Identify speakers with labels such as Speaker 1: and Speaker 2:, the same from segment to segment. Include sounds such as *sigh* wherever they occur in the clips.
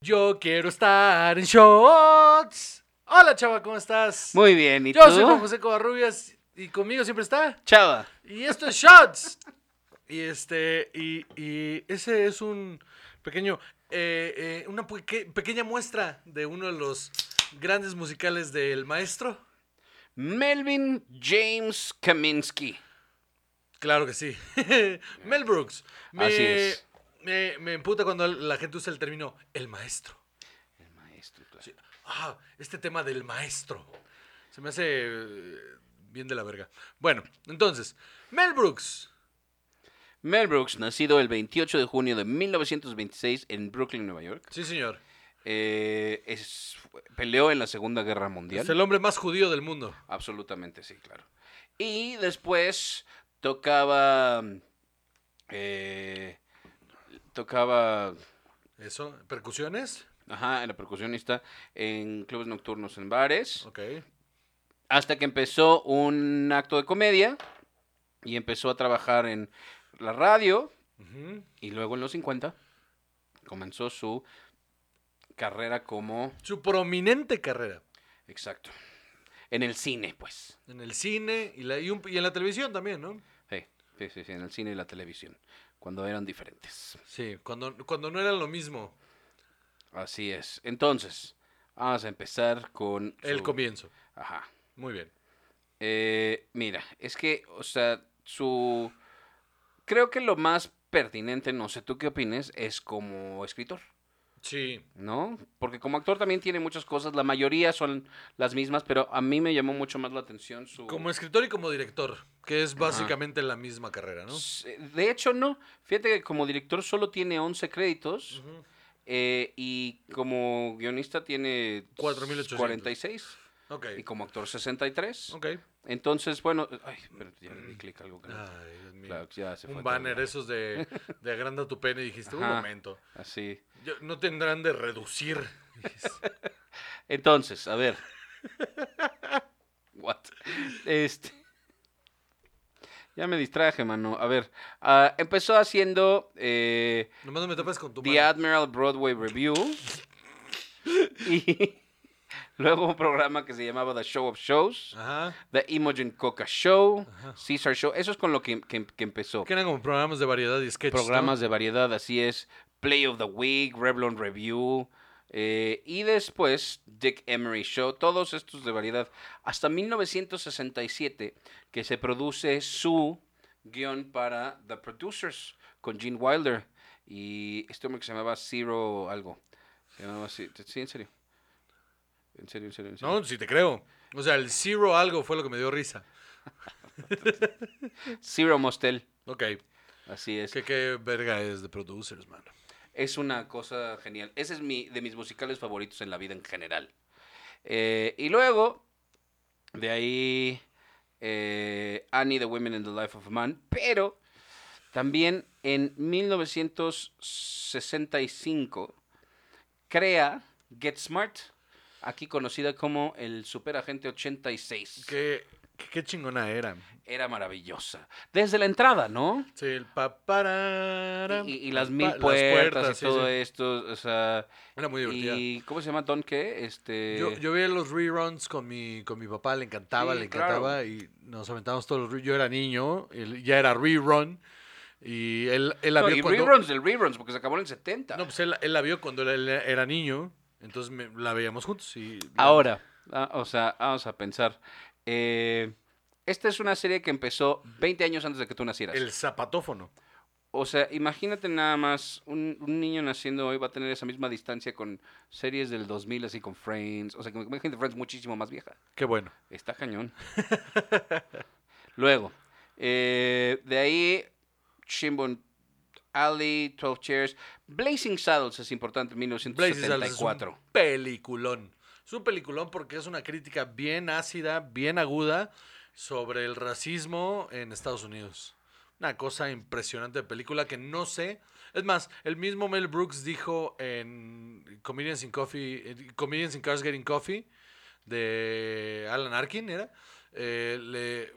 Speaker 1: Yo quiero estar en shots. Hola, chava, ¿cómo estás?
Speaker 2: Muy bien, ¿y
Speaker 1: Yo
Speaker 2: tú?
Speaker 1: soy Juan José Covarrubias y conmigo siempre está.
Speaker 2: Chava.
Speaker 1: Y esto es shots. Y este, y, y ese es un pequeño, eh, eh, una peque- pequeña muestra de uno de los grandes musicales del maestro.
Speaker 2: Melvin James Kaminsky.
Speaker 1: Claro que sí. *laughs* Mel Brooks. Me,
Speaker 2: Así es.
Speaker 1: Me, me emputa cuando la gente usa el término el maestro.
Speaker 2: El maestro, claro.
Speaker 1: Ah, este tema del maestro. Se me hace eh, bien de la verga. Bueno, entonces, Mel Brooks.
Speaker 2: Mel Brooks, nacido el 28 de junio de 1926 en Brooklyn, Nueva York,
Speaker 1: Sí, señor.
Speaker 2: eh, es- peleó en la Segunda Guerra Mundial.
Speaker 1: Es el hombre más judío del mundo.
Speaker 2: Absolutamente, sí, claro. Y después tocaba... eh, tocaba...
Speaker 1: Eso, percusiones.
Speaker 2: Ajá, era percusionista en clubes nocturnos, en bares.
Speaker 1: Ok.
Speaker 2: Hasta que empezó un acto de comedia y empezó a trabajar en la radio
Speaker 1: Ujú.
Speaker 2: y luego en los 50 comenzó su carrera como...
Speaker 1: Su prominente carrera
Speaker 2: Exacto. En el cine, pues.
Speaker 1: en el cine y, la- y un- y en la televisión también, ¿no?
Speaker 2: Sí, sí, sí, sí, en el cine y la televisión, cuando eran diferentes.
Speaker 1: Sí, cuando, cuando no era lo mismo
Speaker 2: Así es. Entonces, vamos a empezar con...
Speaker 1: el
Speaker 2: su-
Speaker 1: comienzo.
Speaker 2: Ajá.
Speaker 1: Muy bien.
Speaker 2: Eh, mira, es que, o sea, su... Creo que lo más pertinente, no sé tú qué opines, es como escritor,
Speaker 1: Sí,
Speaker 2: ¿no? Porque como actor también tiene muchas cosas, la mayoría son las mismas, pero a mí me llamó mucho más la atención su...
Speaker 1: como escritor y como director, que es básicamente la misma carrera, ¿no?
Speaker 2: S- De hecho, no. Fíjate que como director solo tiene 11 créditos
Speaker 1: Ujú.
Speaker 2: eh, y como guionista tiene
Speaker 1: 4,800.
Speaker 2: 46
Speaker 1: Ok.
Speaker 2: y como actor 63.
Speaker 1: Ok.
Speaker 2: Entonces, bueno, ay, pero ya le di clic a algo que no-
Speaker 1: Ay, Dios mío.
Speaker 2: Claro, ya se fue
Speaker 1: Ah, un
Speaker 2: todo.
Speaker 1: banner esos de, de agranda tu pene y dijiste, un
Speaker 2: Ajá.
Speaker 1: momento,
Speaker 2: Así.
Speaker 1: yo- no tendrán de reducir.
Speaker 2: Entonces, a ver. What? Este. Ya me distraje, mano. A ver. ah, empezó haciendo eh,
Speaker 1: Nomás no me tapas con tu
Speaker 2: The
Speaker 1: mano.
Speaker 2: Admiral Broadway Review. Y *laughs* luego un programa que se llamaba The Show of Shows.
Speaker 1: Ajá.
Speaker 2: The Imogen Coca Show. Caesar Show. Eso es con lo que, que- que empezó.
Speaker 1: Que eran como programas de variedad y sketches. ¿no?
Speaker 2: Programas de variedad, así es. Play of the Week, Revlon Review. eh, y después Dick Emery Show, todos estos de variedad. Hasta 1967 que se produce su guión para The Producers con Gene Wilder. Y este hombre que se llamaba Zero algo. Se llamaba así- Sí, en serio. En serio, en serio, en serio.
Speaker 1: No, sí te creo. O sea, el zero algo fue lo que me dio risa.
Speaker 2: Zero Mostel.
Speaker 1: Ok.
Speaker 2: Así es.
Speaker 1: Es que qué verga es de producers, mano.
Speaker 2: Es una cosa genial. Ese es mi, de mis musicales favoritos en la vida en general. Eh, y luego, de ahí, eh, Annie, The Women in the Life of Man. Pero también en 1965 crea Get Smart, aquí conocida como el Superagente 86.
Speaker 1: Qué, qué, qué chingona era.
Speaker 2: Era maravillosa. Desde la entrada, ¿no?
Speaker 1: Sí, el paparara.
Speaker 2: Y, y- y las
Speaker 1: pa-
Speaker 2: mil puertas, y
Speaker 1: sí,
Speaker 2: todo
Speaker 1: sí.
Speaker 2: esto. O sea.
Speaker 1: Era muy divertida.
Speaker 2: ¿Y cómo se llama Don qué? Este...
Speaker 1: Yo, yo veía los reruns con mi, con mi papá, le encantaba,
Speaker 2: Sí,
Speaker 1: le
Speaker 2: claro.
Speaker 1: encantaba y nos aventábamos todos los reruns. Yo era niño, él ya era rerun y él, él la
Speaker 2: No,
Speaker 1: vio
Speaker 2: y
Speaker 1: cuando...
Speaker 2: reruns del reruns, porque se acabó en el 70.
Speaker 1: No, pues él, él la vio cuando él, él era niño, entonces me- la veíamos juntos y...
Speaker 2: Ahora, ah, o sea, vamos a pensar. Eh, esta es una serie que empezó 20 años antes de que tú nacieras.
Speaker 1: El zapatófono.
Speaker 2: O sea, imagínate nada más, un, un niño naciendo hoy va a tener esa misma distancia con series del 2000, así con Friends. O sea, que imagínate Friends muchísimo más vieja.
Speaker 1: Qué bueno.
Speaker 2: Está cañón. *laughs* Luego, eh, de ahí, Shimbon Alley, 12 Chairs. Blazing Saddles es importante,
Speaker 1: Blazing Saddles es
Speaker 2: 1974.
Speaker 1: un peliculón. Es un peliculón porque es una crítica bien ácida, bien aguda sobre el racismo en Estados Unidos. Una cosa impresionante de película que no sé. Es más, el mismo Mel Brooks dijo en Comedians in Coffee, eh, Comedians in Cars Getting Coffee de Alan Arkin, ¿era? Eh, le,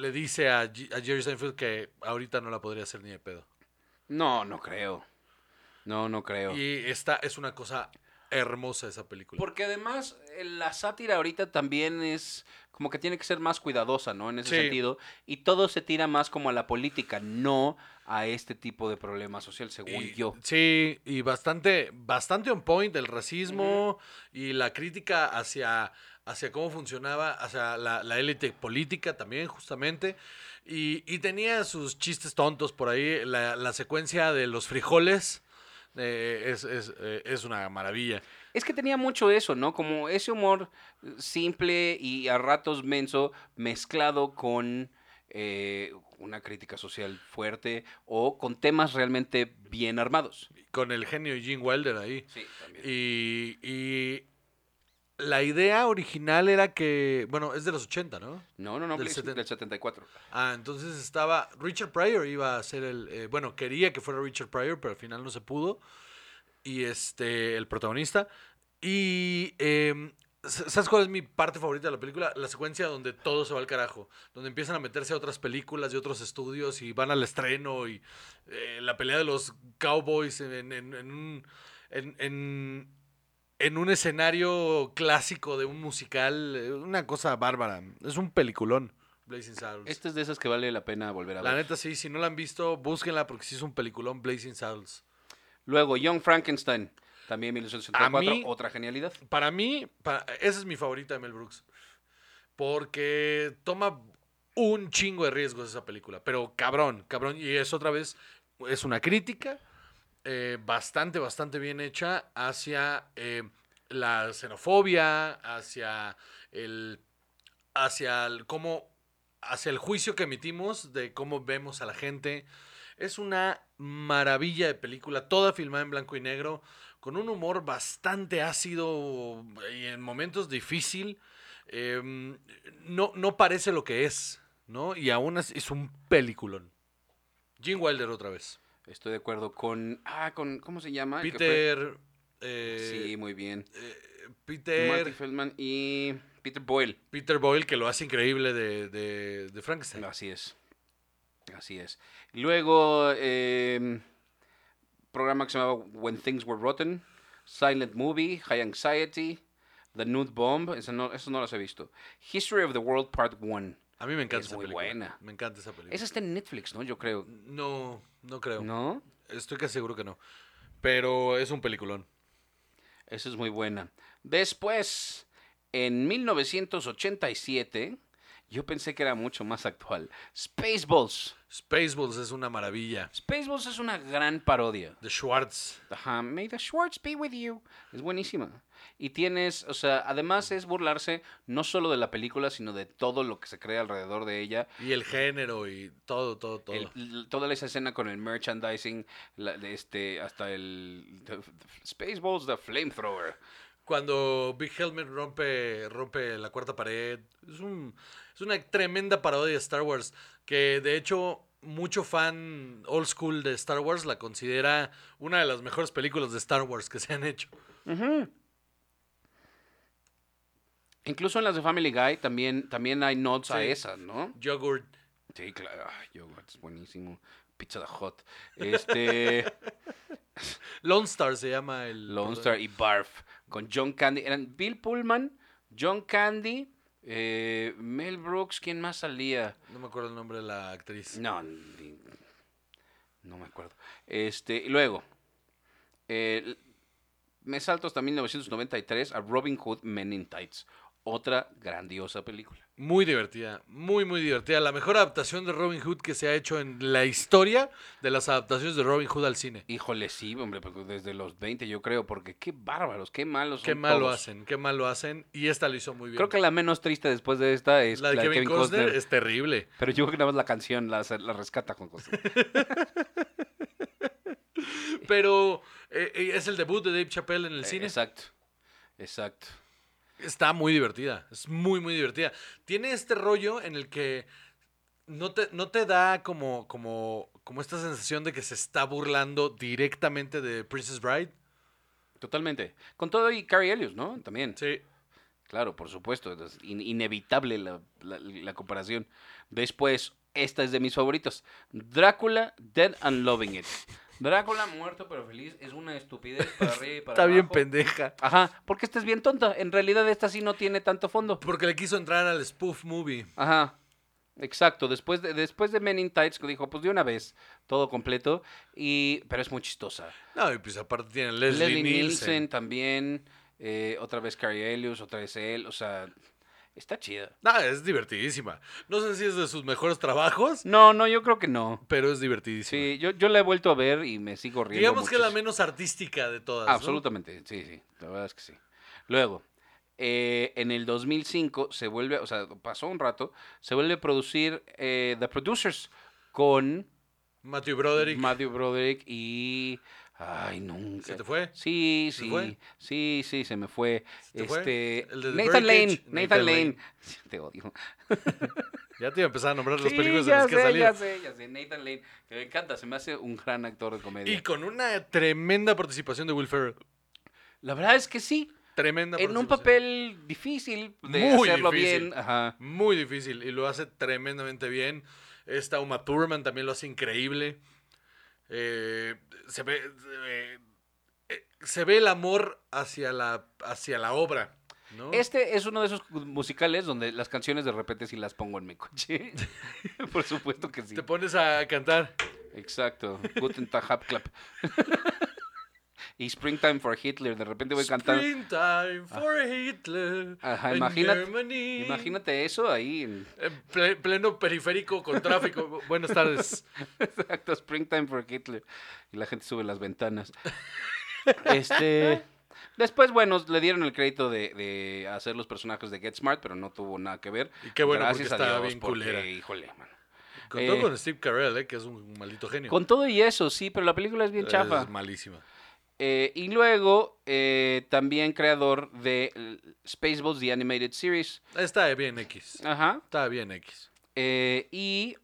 Speaker 1: le dice a, G- a Jerry Seinfeld que ahorita no la podría hacer ni de pedo.
Speaker 2: No, no creo. No, no creo.
Speaker 1: Y esta es una cosa hermosa esa película.
Speaker 2: Porque además eh, la sátira ahorita también es como que tiene que ser más cuidadosa, ¿no? En ese
Speaker 1: Sí.
Speaker 2: sentido. Y todo se tira más como a la política, no a este tipo de problema social, según
Speaker 1: Y-
Speaker 2: yo.
Speaker 1: Sí, y bastante, bastante on point el racismo y la crítica hacia, hacia cómo funcionaba, hacia la, la élite política también, justamente. Y, y tenía sus chistes tontos por ahí. La, la secuencia de los frijoles eh, es, es, eh, es una maravilla.
Speaker 2: Es que tenía mucho eso, ¿no? Como ese humor eh, simple y a ratos menso mezclado con eh, una crítica social fuerte o con temas realmente bien armados.
Speaker 1: Con el genio Gene Wilder ahí.
Speaker 2: Sí, también.
Speaker 1: Y, y la idea original era que, bueno, es de los 80, ¿no?
Speaker 2: No, no, no,
Speaker 1: Del
Speaker 2: es
Speaker 1: seten-
Speaker 2: del 74.
Speaker 1: Ah, entonces estaba. Richard Pryor iba a ser el. eh, bueno, quería que fuera Richard Pryor, pero al final no se pudo. Y este, el protagonista. Y. em, sa- ¿Sabes cuál es mi parte favorita de la película? La secuencia donde todo se va al carajo. Donde empiezan a meterse a otras películas y otros estudios y van al estreno y eh, la pelea de los cowboys en, en- en un. en- en- en un escenario clásico de un musical, eh, una cosa bárbara. Es un peliculón, Blazing Saddles.
Speaker 2: Esta Este es de esas que vale la pena volver a ver.
Speaker 1: Pues La neta sí, si no la han visto, búsquenla porque sí es un peliculón Blazing Saddles.
Speaker 2: Luego, Young Frankenstein, también 1974,
Speaker 1: A mí-
Speaker 2: otra genialidad.
Speaker 1: Para mí, para- esa es mi favorita de Mel Brooks. Porque toma un chingo de riesgos esa película. Pero cabrón, cabrón. Y es otra vez, es una crítica eh, bastante, bastante bien hecha hacia eh, la xenofobia, hacia el. hacia el cómo. hacia el juicio que emitimos de cómo vemos a la gente. Es una maravilla de película, toda filmada en blanco y negro, con un humor bastante ácido y en momentos difícil. Em, no, no parece lo que es, ¿no? Y aún así es un peliculón. Jim Wilder otra vez.
Speaker 2: Estoy de acuerdo con. Ah, con. ¿Cómo se llama? El que fue-
Speaker 1: Peter. eh,
Speaker 2: Sí, muy bien.
Speaker 1: eh,
Speaker 2: Marty
Speaker 1: Peter.
Speaker 2: Feldman y Peter Boyle.
Speaker 1: Peter Boyle, que lo hace increíble de, de, de Frankenstein.
Speaker 2: Así es. Así es. Luego, eh, programa que se llamaba When Things Were Rotten, Silent Movie, High Anxiety, The Nude Bomb, eso no, eso no los he visto. History of the World Part 1.
Speaker 1: A mí me encanta
Speaker 2: Es
Speaker 1: esa
Speaker 2: muy
Speaker 1: película.
Speaker 2: buena.
Speaker 1: Me encanta esa película.
Speaker 2: Esa está en Netflix, ¿no? Yo creo.
Speaker 1: No, no creo.
Speaker 2: ¿No?
Speaker 1: Estoy casi seguro que no. Pero es un peliculón.
Speaker 2: Esa es muy buena. Después, en 1987, yo pensé que era mucho más actual. Spaceballs.
Speaker 1: Spaceballs es una maravilla.
Speaker 2: Spaceballs es una gran parodia.
Speaker 1: De Schwartz.
Speaker 2: Ajá, may the Schwartz be with you. Es buenísima. Y tienes, o sea, además es burlarse no solo de la película, sino de todo lo que se crea alrededor de ella.
Speaker 1: Y el género y todo, todo, todo.
Speaker 2: El- l- toda esa escena con el merchandising, la- de este, hasta el the- the Spaceballs, the flamethrower.
Speaker 1: Cuando Big Helmet rompe, rompe la cuarta pared. Es, un, es una tremenda parodia de Star Wars. Que de hecho, mucho fan old school de Star Wars la considera una de las mejores películas de Star Wars que se han hecho.
Speaker 2: Incluso en las de Family Guy también, también hay nods a
Speaker 1: Sí.
Speaker 2: esas, ¿no?
Speaker 1: Yogurt.
Speaker 2: Sí, claro. Ay, yogurt es buenísimo. Pizza de Hot. Este,
Speaker 1: Lone Star se llama el.
Speaker 2: Lone Star y Barf. Con John Candy. Eran Bill Pullman, John Candy, eh, Mel Brooks. ¿Quién más salía?
Speaker 1: No me acuerdo el nombre de la actriz.
Speaker 2: No, ni- no me acuerdo. Este, y luego, el- me salto hasta 1993 a Robin Hood Men in Tights. Otra grandiosa película.
Speaker 1: Muy divertida, muy, muy divertida. La mejor adaptación de Robin Hood que se ha hecho en la historia de las adaptaciones de Robin Hood al cine.
Speaker 2: Híjole, sí, hombre, porque desde los 20 yo creo, porque qué bárbaros, qué malos.
Speaker 1: Qué
Speaker 2: son
Speaker 1: mal lo
Speaker 2: todos.
Speaker 1: hacen, qué mal lo hacen. Y esta lo hizo muy bien.
Speaker 2: Creo que la menos triste después de esta es
Speaker 1: la de Kevin, Costner, es
Speaker 2: *laughs*
Speaker 1: terrible.
Speaker 2: Pero yo creo que nada más la canción la, hace- la rescata con Costner.
Speaker 1: Pero eh, eh, es el debut de Dave Chappelle en el
Speaker 2: Eh,
Speaker 1: cine.
Speaker 2: Exacto. Exacto.
Speaker 1: Está muy divertida, es muy, muy divertida. Tiene este rollo en el que no te, no te da como, como, como esta sensación de que se está burlando directamente de Princess Bride.
Speaker 2: Totalmente. Con todo y Carrie Elliot, ¿no? También.
Speaker 1: Sí.
Speaker 2: Claro, por supuesto. Es in- inevitable la, la- la comparación. Después, esta es de mis favoritos. Drácula, Dead and Loving It. Drácula muerto pero feliz es una estupidez para
Speaker 1: *laughs*
Speaker 2: arriba y para
Speaker 1: Está bien
Speaker 2: abajo.
Speaker 1: pendeja.
Speaker 2: Ajá, porque esta es bien tonta. En realidad esta sí no tiene tanto fondo.
Speaker 1: Porque le quiso entrar al spoof movie.
Speaker 2: Ajá. Exacto, después de, después de Men in Tights dijo, pues de una vez, todo completo, y pero es muy chistosa.
Speaker 1: No, y pues aparte tiene Leslie,
Speaker 2: Leslie, Nielsen.
Speaker 1: Nielsen.
Speaker 2: también, eh, otra vez Carrie Ellius, otra vez él, o sea, está chida.
Speaker 1: Nada, es divertidísima. No sé si es de sus mejores trabajos,
Speaker 2: No, no, yo creo que no.
Speaker 1: pero es divertidísima.
Speaker 2: Sí, yo, yo la he vuelto a ver y me sigo riendo.
Speaker 1: Digamos que es la
Speaker 2: muchísimo.
Speaker 1: menos artística de todas. ¿no?
Speaker 2: Absolutamente, sí, sí, la verdad es que sí. Luego, eh, en el 2005 se vuelve, o sea, pasó un rato, se vuelve a producir eh, The Producers con
Speaker 1: Matthew Broderick.
Speaker 2: Matthew Broderick y... Ay, nunca.
Speaker 1: ¿Se te fue?
Speaker 2: Sí,
Speaker 1: ¿Se te
Speaker 2: sí,
Speaker 1: fue?
Speaker 2: sí, sí, se me fue.
Speaker 1: ¿Se te fue?
Speaker 2: Este,
Speaker 1: ¿El de The
Speaker 2: Nathan Lane,
Speaker 1: Birdcage?
Speaker 2: Nathan,
Speaker 1: Nathan
Speaker 2: Lane. *laughs*
Speaker 1: Lane.
Speaker 2: Te odio.
Speaker 1: Ya te iba a empezar a nombrar las
Speaker 2: Sí,
Speaker 1: películas en
Speaker 2: ya
Speaker 1: las que ha
Speaker 2: sé, ya
Speaker 1: salido.
Speaker 2: sé, ya sé, Nathan Lane, que me encanta, se me hace un gran actor de comedia.
Speaker 1: Y con una tremenda participación de Will Ferrell.
Speaker 2: La verdad es que sí,
Speaker 1: Tremenda
Speaker 2: en un
Speaker 1: participación.
Speaker 2: papel difícil de
Speaker 1: Muy
Speaker 2: hacerlo
Speaker 1: difícil.
Speaker 2: bien. Ajá.
Speaker 1: Muy difícil y lo hace tremendamente bien. Esta Uma Thurman también lo hace increíble. Eh, se, ve, eh, eh, se ve el amor hacia la, hacia la obra. ¿no?
Speaker 2: Este es uno de esos musicales donde las canciones de repente sí las pongo en mi coche. *laughs* Por supuesto que sí.
Speaker 1: Te pones a cantar.
Speaker 2: Exacto. Guten Tag Clap. *laughs* y Springtime for Hitler. De repente voy cantando. Ah.
Speaker 1: Springtime for Hitler.
Speaker 2: Ajá,
Speaker 1: in
Speaker 2: imagínate-
Speaker 1: Germany.
Speaker 2: Imagínate eso ahí. En...
Speaker 1: En ple- pleno periférico con tráfico. Buenas tardes.
Speaker 2: Exacto, Springtime for Hitler. Y la gente sube las ventanas. *laughs* Este. Después, bueno, le dieron el crédito de, de hacer los personajes de Get Smart, pero no tuvo nada que ver.
Speaker 1: Y qué bueno, porque
Speaker 2: Gracias a
Speaker 1: estaba
Speaker 2: Dios,
Speaker 1: bien
Speaker 2: porque,
Speaker 1: culera.
Speaker 2: Híjole, mano.
Speaker 1: Con todo
Speaker 2: Eh,
Speaker 1: con Steve Carell, eh, que es un maldito genio.
Speaker 2: Con todo y eso, sí, pero la película es bien chafa.
Speaker 1: Es malísima.
Speaker 2: Eh, y luego, eh, también creador de eh, Spaceballs, The Animated Series.
Speaker 1: Está bien X.
Speaker 2: Ajá.
Speaker 1: Está bien X.
Speaker 2: Eh, y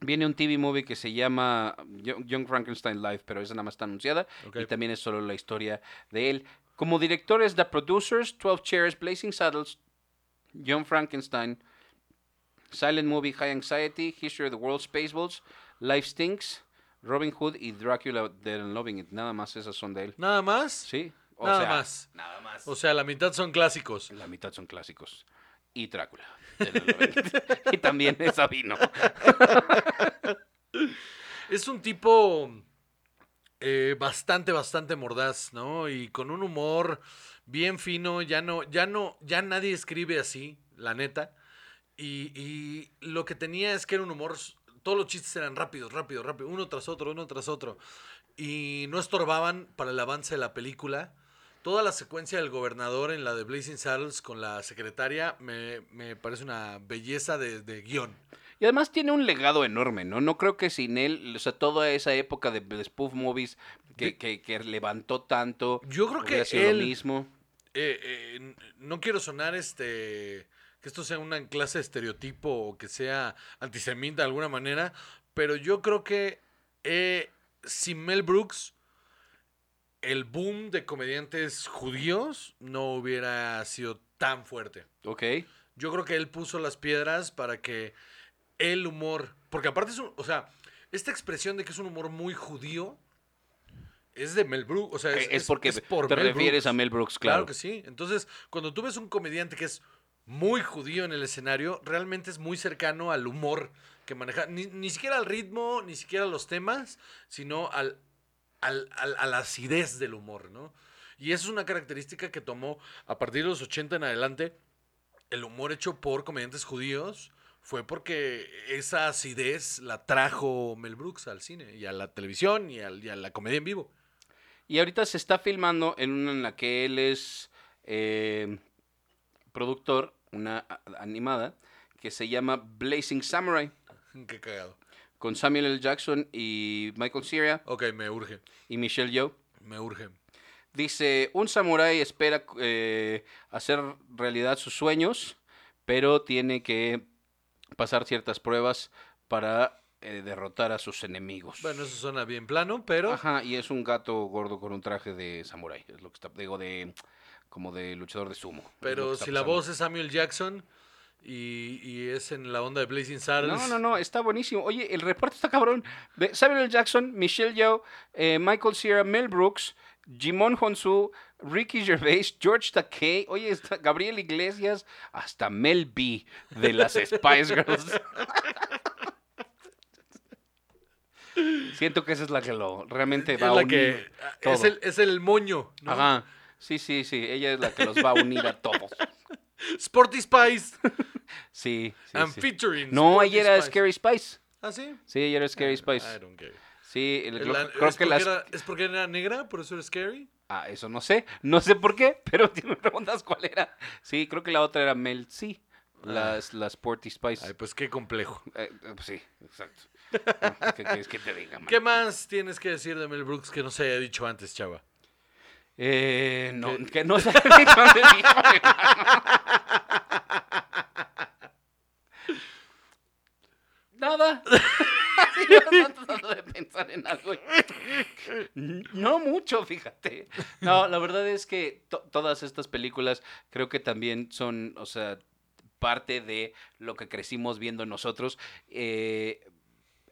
Speaker 2: viene un TV movie que se llama Yo- Young Frankenstein Live, pero esa nada más está anunciada.
Speaker 1: Ok.
Speaker 2: Y también es solo la historia de él. Como directores, The Producers, 12 Chairs, Blazing Saddles, Young Frankenstein, Silent Movie, High Anxiety, History of the World, Spaceballs, Life Stinks, Robin Hood y Dracula, Dead and Loving It. Nada más esas son de él.
Speaker 1: Nada más.
Speaker 2: Sí. O
Speaker 1: nada
Speaker 2: sea,
Speaker 1: más.
Speaker 2: Nada más.
Speaker 1: O sea, la mitad son clásicos.
Speaker 2: La mitad son clásicos. Y Drácula. Dead and Loving
Speaker 1: *laughs*
Speaker 2: It. y también es Sabino.
Speaker 1: Es un tipo eh, bastante, bastante mordaz, ¿no? Y con un humor bien fino. Ya no, ya no, ya nadie escribe así, la neta. Y, y lo que tenía es que era un humor. s- Todos los chistes eran rápidos, rápido, rápido, uno tras otro, uno tras otro. Y no estorbaban para el avance de la película. Toda la secuencia del gobernador en la de Blazing Saddles con la secretaria me, me parece una belleza de, de guión.
Speaker 2: Y además tiene un legado enorme, ¿no? No creo que sin él, o sea, toda esa época de, de spoof movies que, que- que levantó tanto.
Speaker 1: Yo creo que
Speaker 2: hubiera sido
Speaker 1: él-
Speaker 2: lo mismo.
Speaker 1: eh, eh, n- no quiero sonar este que esto sea una clase de estereotipo o que sea antisemita de alguna manera, pero yo creo que eh, sin Mel Brooks el boom de comediantes judíos no hubiera sido tan fuerte.
Speaker 2: Ok.
Speaker 1: Yo creo que él puso las piedras para que el humor, porque aparte es un, o sea, esta expresión de que es un humor muy judío es de Mel Brooks, o sea,
Speaker 2: Eh, Es, porque
Speaker 1: por
Speaker 2: te
Speaker 1: Mel
Speaker 2: refieres
Speaker 1: Brooks.
Speaker 2: a Mel Brooks,
Speaker 1: Claro
Speaker 2: claro.
Speaker 1: que sí. Entonces, cuando tú ves un comediante que es muy judío en el escenario, realmente es muy cercano al humor que maneja. Ni, ni siquiera al ritmo, ni siquiera a los temas, sino al, al- al- a la acidez del humor, ¿no? Y esa es una característica que tomó a partir de los 80 en adelante el humor hecho por comediantes judíos. Fue porque esa acidez la trajo Mel Brooks al cine y a la televisión y, al- y a la comedia en vivo. *laughs*
Speaker 2: Y ahorita se está filmando en una en la que él es eh, productor, una a- animada, que se llama Blazing Samurai,
Speaker 1: Qué cagado.
Speaker 2: con Samuel L. Jackson y Michael Cera
Speaker 1: Ok, me urge,
Speaker 2: y Michelle Yeoh.
Speaker 1: me urge.
Speaker 2: Dice, un samurái espera eh, hacer realidad sus sueños, pero tiene que pasar ciertas pruebas para eh, derrotar a sus enemigos.
Speaker 1: Bueno, eso suena bien plano, pero
Speaker 2: Ajá, y es un gato gordo con un traje de samurái, es lo que está, digo, de, como de luchador de sumo. es lo que
Speaker 1: pero
Speaker 2: está
Speaker 1: si la
Speaker 2: pasando.
Speaker 1: voz es Samuel Jackson Y, y es en la onda de Blazing Saddles.
Speaker 2: No, no, no, está buenísimo. Oye, el reparto está cabrón. Ve- Samuel L. Jackson, Michelle Yeoh, eh, Michael Cera, Mel Brooks, Jimon Honsu, Ricky Gervais, George Takei, oye, está Gabriel Iglesias, hasta Mel B de las Spice Girls. Siento que esa es la que lo realmente
Speaker 1: Es
Speaker 2: va a
Speaker 1: la
Speaker 2: unir
Speaker 1: que-
Speaker 2: todo.
Speaker 1: es, el, es el moño. ¿no?
Speaker 2: Ajá. Sí, sí, sí, ella es la que los va a unir a todos.
Speaker 1: Sporty Spice
Speaker 2: Sí, sí,
Speaker 1: and
Speaker 2: sí.
Speaker 1: featuring.
Speaker 2: No,
Speaker 1: Sporty
Speaker 2: ella era
Speaker 1: Spice. Eh,
Speaker 2: Scary Spice.
Speaker 1: ¿Ah, sí?
Speaker 2: Sí, ella era Scary Spice.
Speaker 1: I don't care.
Speaker 2: Sí, el- creo,
Speaker 1: La-
Speaker 2: creo
Speaker 1: es,
Speaker 2: que
Speaker 1: porque
Speaker 2: las...
Speaker 1: era, es porque era negra, por eso era scary.
Speaker 2: Ah, eso no sé. No sé por qué, *laughs* pero si me preguntas cuál era. Sí, creo que la otra era Mel C. Las, las Sporty Spice.
Speaker 1: Ah. Ay, pues qué complejo.
Speaker 2: Eh, eh, pues sí, exacto. *laughs* Ah, ¿Qué quieres que te diga, man?
Speaker 1: *laughs* ¿Qué más tienes que decir de Mel Brooks que no se haya dicho antes, chava?
Speaker 2: Eh, no,
Speaker 1: ¿Qué?
Speaker 2: que no sé. Híjole, mano. Nada. *laughs* Yo estaba tratando de pensar en algo. No mucho, fíjate. No, la verdad es que to- todas estas películas creo que también son, o sea, parte de lo que crecimos viendo nosotros. eh,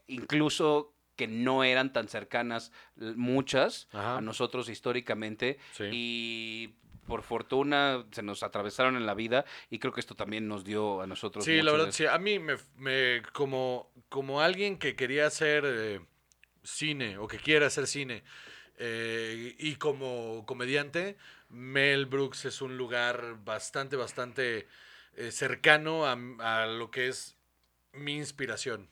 Speaker 2: incluso que no eran tan cercanas l- muchas
Speaker 1: Ajá.
Speaker 2: a nosotros históricamente
Speaker 1: Sí.
Speaker 2: y por fortuna se nos atravesaron en la vida y creo que esto también nos dio a nosotros.
Speaker 1: Sí, la
Speaker 2: mucho
Speaker 1: verdad,
Speaker 2: de-
Speaker 1: sí. A mí, me, me- como, como alguien que quería hacer eh, cine o que quiere hacer cine eh, y como comediante, Mel Brooks es un lugar bastante, bastante eh, cercano a, a lo que es mi inspiración.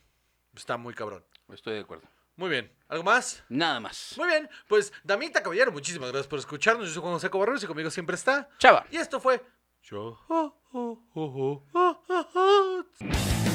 Speaker 1: Está muy cabrón.
Speaker 2: Estoy de acuerdo.
Speaker 1: Muy bien. ¿Algo más?
Speaker 2: Nada más.
Speaker 1: Muy bien. Pues, Damita Caballero, muchísimas gracias por escucharnos. Yo soy Juan José Cobarros y conmigo siempre está.
Speaker 2: Chava.
Speaker 1: Y esto fue... Yo... oh, oh, oh, oh, oh, oh, oh.